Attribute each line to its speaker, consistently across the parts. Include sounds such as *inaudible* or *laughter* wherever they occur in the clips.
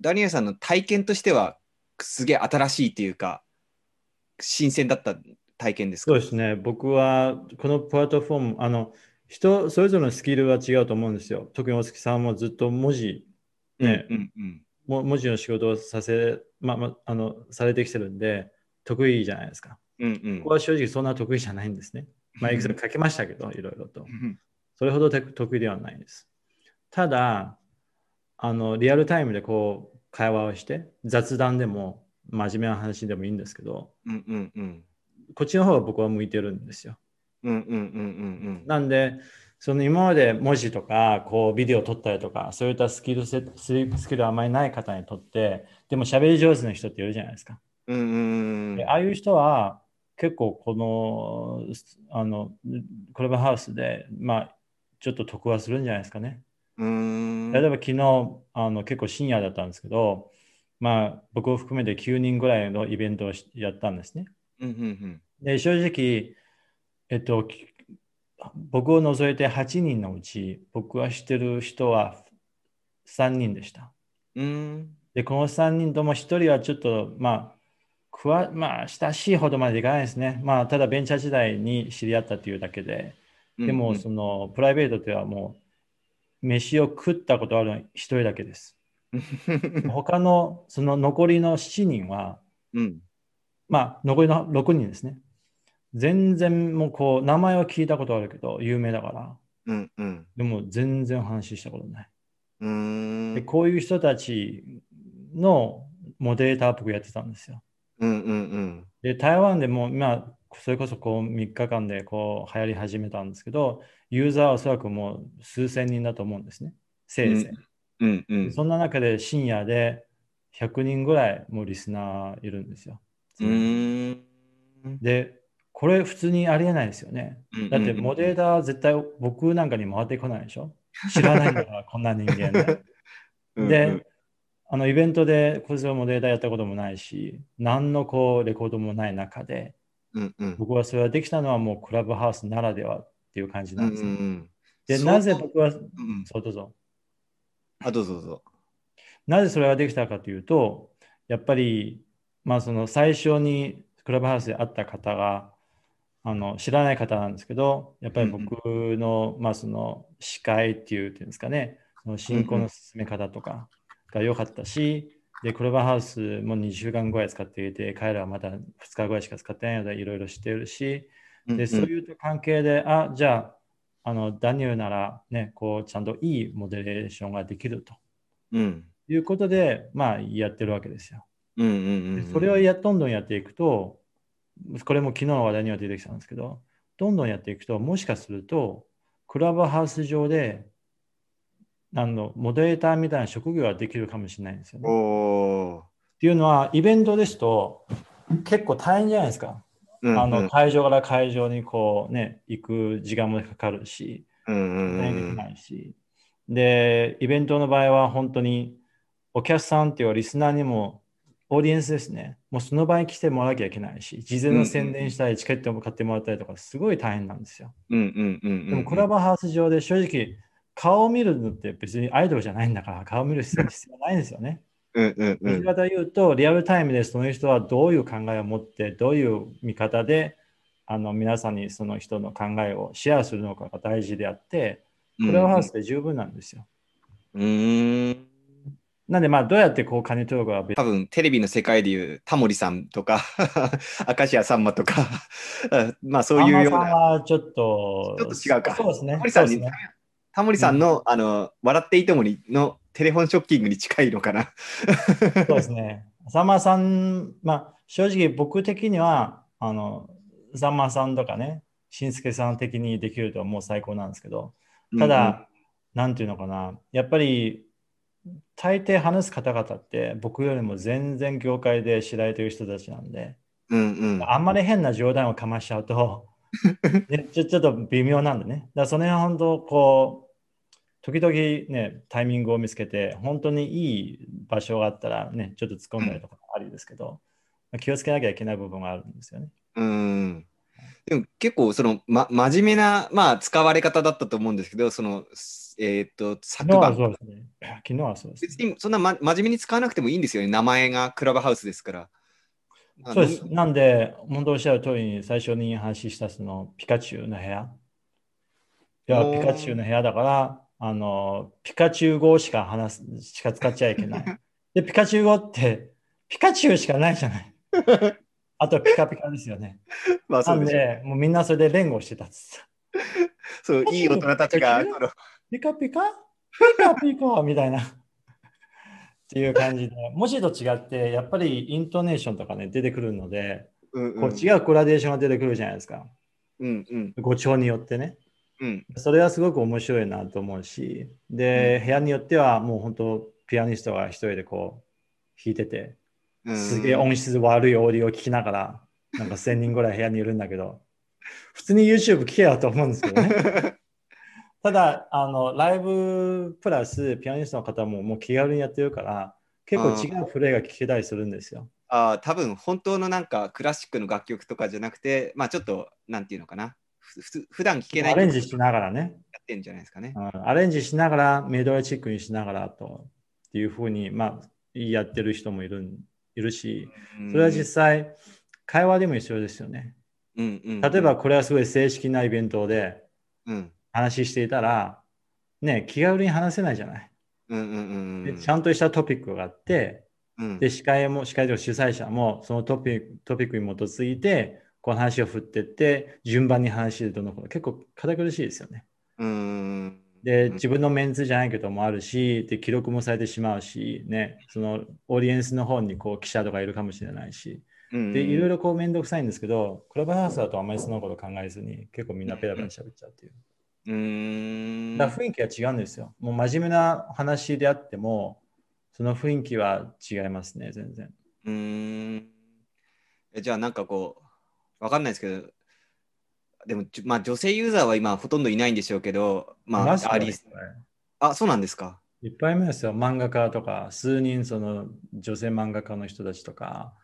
Speaker 1: ダニエルさんの体験としては、すげえ新しいというか、新鮮だった体験ですか
Speaker 2: そうですね。僕はこのプラットフォーム、あの、人それぞれのスキルは違うと思うんですよ。特に大月さんもずっと文字、ね
Speaker 1: うんうんうん
Speaker 2: も文字の仕事をさせ、まあまあ、あの、されてきてるんで、得意じゃないですか。
Speaker 1: うんうん
Speaker 2: 僕は正直そんな得意じゃないんですね。まあ、いくつか書きましたけど、いろいろと
Speaker 1: う。ん
Speaker 2: それほどて得意ではないです。ただ、あの、リアルタイムでこう、会話をして、雑談でも、真面目な話でもいいんですけど、
Speaker 1: うんうんうん
Speaker 2: こっちの方が僕は向いてるんですよ。
Speaker 1: うんうんうんうん
Speaker 2: なんで、その今まで文字とか、こう、ビデオ撮ったりとか、そういったスキルセスキルスキルあまりない方にとって、でも喋り上手な人っているじゃないですか。
Speaker 1: うんうんうん
Speaker 2: でああいう人は、結構この、すあの、クラブハウスで、まあ、ちょっと得はするんじゃないですかね。
Speaker 1: うん
Speaker 2: 例えば昨日あの結構深夜だったんですけど、まあ、僕を含めて9人ぐらいのイベントをしやったんですね。
Speaker 1: うんうん
Speaker 2: で正直、えっと、き僕を除いて8人のうち僕は知ってる人は3人でした。
Speaker 1: うんうん
Speaker 2: でこの3人とも1人はちょっとまあくわまあ親しいほどまでいかないですね。まあただベンチャー時代に知り合ったっていうだけで。でもそのプライベートではもう飯を食ったことあるのは1人だけです。他のその残りの7人は、
Speaker 1: うん
Speaker 2: まあ、残りの6人ですね。全然もうこう、名前は聞いたことあるけど、有名だから、
Speaker 1: うんうん
Speaker 2: でも全然話したことない。
Speaker 1: うん
Speaker 2: で、こういう人たちのモデレーター僕やってたんですよ。
Speaker 1: うんうんうん
Speaker 2: で、台湾でも今、それこそこう3日間でこう流行り始めたんですけど、ユーザーはおそらくもう数千人だと思うんですね。せいぜい。
Speaker 1: うんうん
Speaker 2: そんな中で深夜で100人ぐらいもうリスナーいるんですよ。
Speaker 1: うん
Speaker 2: で、これ普通にありえないですよね。だってモデレーターは絶対僕なんかに回ってこないでしょ *laughs* 知らないんだからこんな人間で。で、あのイベントでこれぞモデレーターやったこともないし、何のこうレコードもない中で、
Speaker 1: うんうん
Speaker 2: 僕はそれはできたのはもうクラブハウスならではっていう感じなんですね。で、
Speaker 1: で
Speaker 2: なぜ僕は、
Speaker 1: うん
Speaker 2: そうどうぞ。
Speaker 1: あどうぞどうぞ
Speaker 2: なぜそれができたかというと、やっぱり、まあ、その最初にクラブハウスで会った方が、あの知らない方なんですけど、やっぱり僕の,、まあその司会っていうっていうんですかね、その進行の進め方とかが良かったし、で、クラブハウスも2週間ぐらい使っていて、彼らはまだ2日ぐらいしか使ってないので、いろいろしてるし、で、そういう関係で、あ、じゃあ、あのダニエルなら、ね、こうちゃんといいモデレーションができると。
Speaker 1: うん
Speaker 2: いうことで、まあ、やってるわけですよ。
Speaker 1: うんうんうん
Speaker 2: それをやどんどんやっていくと、これも昨日の話題には出てきたんですけど、どんどんやっていくと、もしかすると、クラブハウス上で、あのモデレーターみたいな職業ができるかもしれないんですよ
Speaker 1: お
Speaker 2: ね。っ
Speaker 1: お
Speaker 2: ていうのは、イベントですと、結構大変じゃないですか。あの会場から会場にこう、ね、行く時間もかかるし、
Speaker 1: うんうん
Speaker 2: 対応できないし、で、イベントの場合は本当にお客さんっていうかリスナーにもオーディエンスですね、もうその場に来てもらわなきゃいけないし、事前の宣伝したり、チケットも買ってもらったりとか、すごい大変なんですよ。
Speaker 1: うんうんうんうん
Speaker 2: でも、クラブハウス上で正直、顔を見るのって別にアイドルじゃないんだから、顔を見る必要ないんですよね。
Speaker 1: うんうんう
Speaker 2: 言い
Speaker 1: ん
Speaker 2: 方言うと、リアルタイムでその人はどういう考えを持って、どういう見方で、あの皆さんにその人の考えをシェアするのかが大事であって、クラブハウスで十分なんですよ。
Speaker 1: うーん
Speaker 2: なんで、まあ、どうやってこう金取るかは別
Speaker 1: 多分テレビの世界でいうタモリさんとか *laughs* 明石家さんまとか *laughs* まあそういうよう
Speaker 2: ママさん
Speaker 1: な
Speaker 2: はちょっと、
Speaker 1: ちょっと違うか
Speaker 2: そうです
Speaker 1: タ
Speaker 2: ね。
Speaker 1: モリさんに
Speaker 2: そうですね
Speaker 1: タモリさんの「あの笑っていいとも」にのテレフォンショッキングに近いのかな。
Speaker 2: そうですね。さんまさん、まあ、正直僕的には、あの、さんまさんとかね、しんすけさん的にできるともう最高なんですけど、ただ、なんていうのかな、やっぱり、大抵話す方々って、僕よりも全然業界で知られてる人たちなんで、
Speaker 1: うんうん、
Speaker 2: あんまり変な冗談をかましちゃうと、ね、ちょちょっと微妙なんでね。だからその辺は本当こう、時々ね、タイミングを見つけて、本当にいい場所があったらね、ちょっと突っ込んだりとかありですけど、気をつけなきゃいけない部分があるんですよね。
Speaker 1: うんでも結構その、ま、真面目な、まあ、使われ方だったと思うんですけどそのすえーっと、昨
Speaker 2: 昨日は
Speaker 1: 晩。
Speaker 2: そうですね。 *clears throat* 昨日はそうです、
Speaker 1: 別にそんな、ま、真面目に使わなくてもいいんですよね。名前がクラブハウスですから。あ
Speaker 2: そうです。
Speaker 1: の
Speaker 2: なんで、本当おっしゃる通りに最初に話したそのピカチュウの部屋。いや、
Speaker 1: おー
Speaker 2: ピカチュウの部屋だから、あの、ピカチュウ語しか話す、しか使っちゃい
Speaker 1: *laughs*
Speaker 2: けない。で、ピカチュウ語って、ピカチュウしかないじゃ
Speaker 1: *laughs*
Speaker 2: ない。あと、ピカピカですよね。
Speaker 1: まあ
Speaker 2: な
Speaker 1: そうんでしょう
Speaker 2: で、もうみんなそれで連合してたっつってた。
Speaker 1: そう、いい大人たちが、この
Speaker 2: ピカピカピカピカみたいな。っていう感じで、文字と違って、やっぱりイントネーションとかね、出てくるので、
Speaker 1: うんう
Speaker 2: こ
Speaker 1: ん
Speaker 2: う違うグラデーションが出てくるじゃないですか。
Speaker 1: うんうん
Speaker 2: 語調によってね。
Speaker 1: うん
Speaker 2: それはすごく面白いなと思うし、で、部屋によってはもう本当、ピアニストが一人でこう、弾いてて、
Speaker 1: うん。
Speaker 2: すげえ音質悪いオーディオを聞きながら、なんか1000人ぐらい部屋にいるんだけど、普通に YouTube 聞けよと思うんですけどね。
Speaker 1: *laughs*
Speaker 2: ただあのライブプラスピアニストの方ももう気軽にやってるから結構違うプレイが聞けたりするんですよ。
Speaker 1: ああ、多分本当のなんかクラシックの楽曲とかじゃなくて、まあちょっと、なんていうのかな。ふふつ普段聞けない
Speaker 2: アレンジしながらね、
Speaker 1: やってんじゃないですかね
Speaker 2: う。んアレンジしながらメドレーチックにしながらとっていうふうに、まあ、やってる人もいるんいるしそれは実際会話でも一緒ですよね。
Speaker 1: うんうん、
Speaker 2: 例えば、これはすごい正式なイベントで
Speaker 1: うん
Speaker 2: 話していたらね気軽に話せないじゃない。
Speaker 1: うんうんうんう
Speaker 2: で
Speaker 1: ん、
Speaker 2: ちゃんとしたトピックがあって
Speaker 1: うん
Speaker 2: で、司会も、司会というか主催者も、そのトピトピックに基づいて、この話を振ってって、順番に話でどのこの、結構堅苦しいですよね。
Speaker 1: うん、
Speaker 2: で、
Speaker 1: うん
Speaker 2: 自分のメンツじゃないけどもあるし、で、記録もされてしまうし、ね、そのオーディエンスの方にこう記者とかいるかもしれないし、
Speaker 1: うん
Speaker 2: で、いろいろこう面倒くさいんですけど、クラブハウスだとあんまりそのこと考えずに、結構みんなペラペラ喋っちゃうっていう。
Speaker 1: うん
Speaker 2: だから雰囲気が違うんですよ。もう真面目な話であっても、その雰囲気は違いますね、全然。
Speaker 1: うーんえじゃあなんかこうわかんないですけどでも、じゅまあ、女性ユーザーは今ほとんどいないんでしょうけど、まあ、
Speaker 2: いすよ
Speaker 1: ア
Speaker 2: ね
Speaker 1: リスあそうなんですか。
Speaker 2: いっぱいいますよ。漫画家とか、数人その女性漫画家の人たちとか。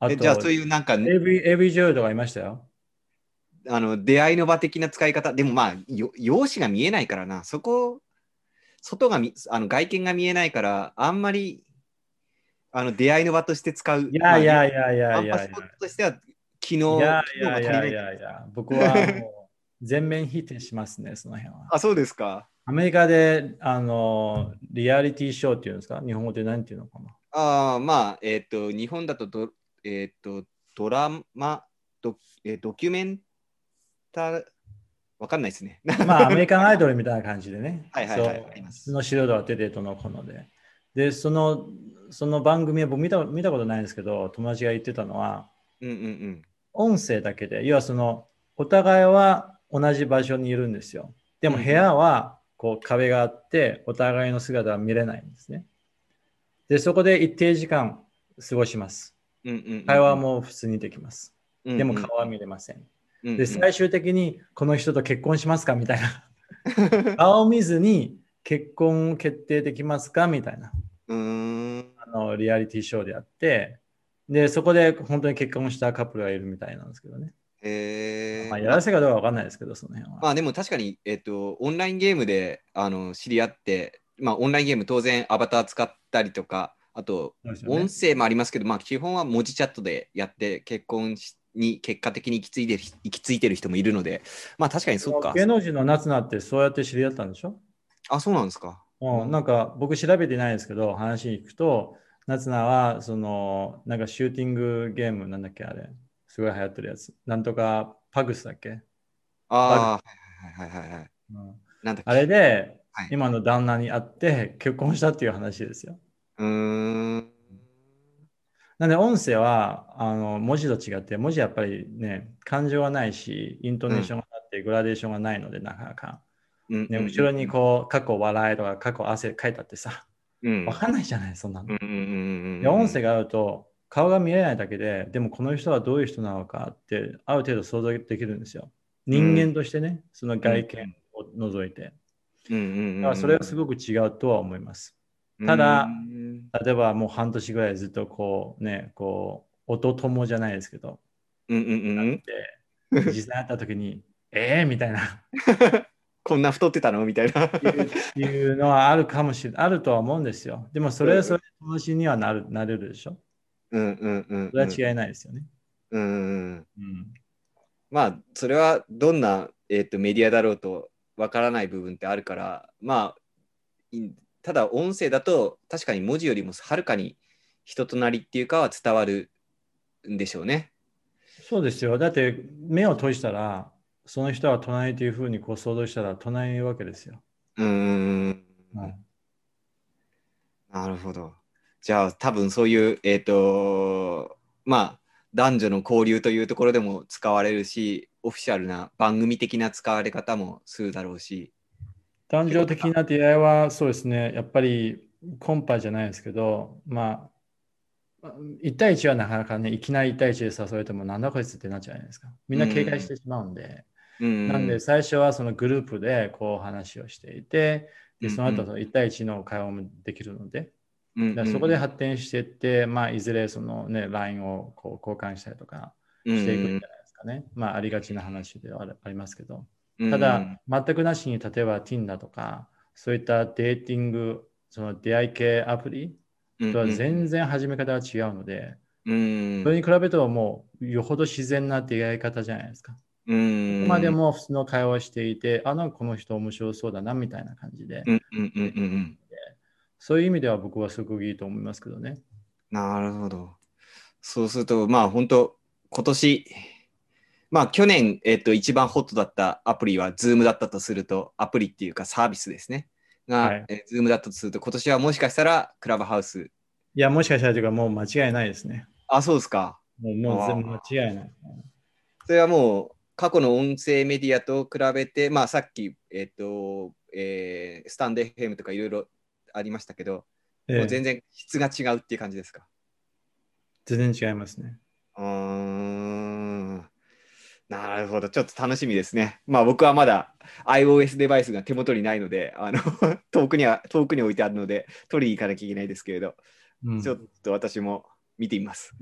Speaker 2: あ
Speaker 1: え
Speaker 2: と、
Speaker 1: じゃあそういうなんか
Speaker 2: AV, AV 女優とかいましたよ。
Speaker 1: あの出会いの場的な使い方でもまあよ容姿が見えないからなそこ外がみあの外見が見えないからあんまりあの出会いの場として使う
Speaker 2: いやい
Speaker 1: まあ
Speaker 2: やいやい
Speaker 1: ア
Speaker 2: や
Speaker 1: ン
Speaker 2: い
Speaker 1: パ
Speaker 2: や
Speaker 1: ス
Speaker 2: い
Speaker 1: ポットとしては昨日
Speaker 2: や。いやい
Speaker 1: 機能が
Speaker 2: や
Speaker 1: 足
Speaker 2: い
Speaker 1: り
Speaker 2: や
Speaker 1: ない
Speaker 2: いやいや。僕はもう全面否定しますね、その辺は。
Speaker 1: あそうですか
Speaker 2: アメリカで、あの、リアリティショーっていうんですか日本語で何ていうのかな
Speaker 1: ああ、まあ、えっ、と、日本だとド、えっ、と、ドラマ、ド,、えードキュメンタ、わかんないですね。 *laughs*
Speaker 2: まあ、アメリカンアイドルみたいな感じでね。
Speaker 1: はいはいはい
Speaker 2: そう
Speaker 1: あります
Speaker 2: 普通の素人は出てとのこので。で、その、その番組は僕見た見たことないんですけど、友達が言ってたのは、
Speaker 1: うんうんうん。
Speaker 2: 音声だけで、要はその、お互いは同じ場所にいるんですよ。でも
Speaker 1: うん
Speaker 2: 部屋は、こう壁があって、お互いの姿は見れないんですね。で、そこで一定時間過ごします。
Speaker 1: うんうんうん
Speaker 2: 会話、も普通にできます。
Speaker 1: うんうん
Speaker 2: でも顔は見れません。
Speaker 1: うんうん
Speaker 2: で、最終的に、この人と結婚しますかみたいな。 *laughs* 顔を見ずに、結婚を決定できますかみたいな。
Speaker 1: うーん。
Speaker 2: あの、リアリティショーであって、で、そこで本当に結婚したカップルがいるみたいなんですけどね。
Speaker 1: えー
Speaker 2: まあ、やらせかどうかわかんないですけど、その辺は。
Speaker 1: まあでも確かに、えっ、と、オンラインゲームで、あの、知り合って、まあオンラインゲーム当然アバター使ったりとか、あと、
Speaker 2: そうですよね
Speaker 1: 音声もありますけど、まあ、基本は文字チャットでやって結婚しに結果的に行き着いてる行き着いてる人もいるので、まあ確かにそっか。
Speaker 2: 芸能人の夏菜ってそうやって知り合ったんでしょ、
Speaker 1: あ、そうなんですか。
Speaker 2: うん、なんか僕調べてないですけど、話に聞くと、夏菜はそのなんかシューティングゲームなんだっけあれ、すごい流行ってるやつ。なんとかパグスだっけ、
Speaker 1: ああ、はいはいはいはいはい。
Speaker 2: うん、
Speaker 1: なんだっけ
Speaker 2: あれで
Speaker 1: はい
Speaker 2: 今の旦那に会って結婚したっていう話ですよ。
Speaker 1: うーん。
Speaker 2: なんで音声はあの文字と違って、文字やっぱりね、感情がないし、イントネーションがあって、グラデーションがないので、なかなか。
Speaker 1: うん
Speaker 2: ね、後ろにこう、過去笑いとか、過去汗かいたってさ、
Speaker 1: うん。
Speaker 2: わかんないじゃない、そんな
Speaker 1: う
Speaker 2: の
Speaker 1: ん。うんうんうん
Speaker 2: で、音声があると、顔が見えないだけで、でもこの人はどういう人なのかって、ある程度想像できるんですよ。人間としてね、その外見を除いて。
Speaker 1: うんうんうんうん
Speaker 2: だからそれはすごく違うとは思います。ただ
Speaker 1: うん
Speaker 2: 例えばもう半年ぐらいずっとこう、ね、こう、音友じゃないです
Speaker 1: *laughs*
Speaker 2: けど、
Speaker 1: うんうんうん。
Speaker 2: 実際会った時に、えーみたいな。
Speaker 1: こんな太ってたのみたい
Speaker 2: *laughs*
Speaker 1: な。
Speaker 2: っていうのはあるかもしれない、あるとは思うんですよ。でもそれはそれで友達にはなるなれるでしょ。
Speaker 1: うんうんうん、うん。
Speaker 2: それは違いないですよね。
Speaker 1: うんうんうん。
Speaker 2: うん。
Speaker 1: まあ、それはどんな、えー、とメディアだろうとわからない部分ってあるから、まあ、いただ音声だと確かに文字よりもはるかに人となりっていうかは伝わるんでしょうね。
Speaker 2: そうですよ。だって目を閉じたら、その人は隣というふうにこう想像したら隣にいるわけですよ。
Speaker 1: うんうんうん。
Speaker 2: はい
Speaker 1: なるほど。じゃあ多分そういう、えっ、と、まあ、男女の交流というところでも使われるし、オフィシャルな番組的な使われ方もするだろうし。
Speaker 2: 男女的な出会いはそうですね、やっぱりコンパじゃないですけど、まあ、1対1はなかなかね、いきなり1対1で誘えてもなんだこいつってなっちゃうじゃないですか。みんな警戒してしまうんで。
Speaker 1: うん
Speaker 2: なんで最初はそのグループでこう話をしていて、
Speaker 1: うんう
Speaker 2: で
Speaker 1: ん
Speaker 2: その後その1対1の会話もできるので、
Speaker 1: うんうん
Speaker 2: だからそこで発展していって、まあ、いずれその、ね、LINE をこう交換したりとかしていくんじゃないですかね。まあ、ありがちな話ではあるありますけど。ただ、、全くなしに例えば Tinder とか、そういったデーティング、その出会い系アプリ
Speaker 1: うんうん
Speaker 2: とは全然始め方が違うので、
Speaker 1: うん
Speaker 2: それに比べるともうよほど自然な出会い方じゃないですか。
Speaker 1: うん
Speaker 2: ここまでも普通の会話をしていて、あ、なんかこの人面白そうだなみたいな感じで、
Speaker 1: うんうんうんうんうん
Speaker 2: そういう意味では僕はすごくいいと思いますけどね。
Speaker 1: なるほど。そうすると、まあ本当、今年、まあ去年、えっと、一番ホットだったアプリは Zoom だったとすると、アプリっていうかサービスですね。が、
Speaker 2: はい
Speaker 1: えー Zoom だったとすると、今年はもしかしたらクラブハウス。
Speaker 2: いや、もしかしたらというかもう間違いないですね。
Speaker 1: あ、そうですか。
Speaker 2: もうもう全部間違いない。
Speaker 1: それはもう過去の音声メディアと比べて、まあさっき、えっと、えースタンド FM とかいろいろありましたけど、
Speaker 2: ええ
Speaker 1: もう全然質が違うっていう感じですか。
Speaker 2: 全然違いますね。
Speaker 1: うーんなるほど。ちょっと楽しみですね。まあ僕はまだ iOS デバイスが手元にないので、あの *laughs* 遠くには遠くに置いてあるので、取りに行かなきゃいけないですけれど、
Speaker 2: うん
Speaker 1: ちょっと私も見てみます。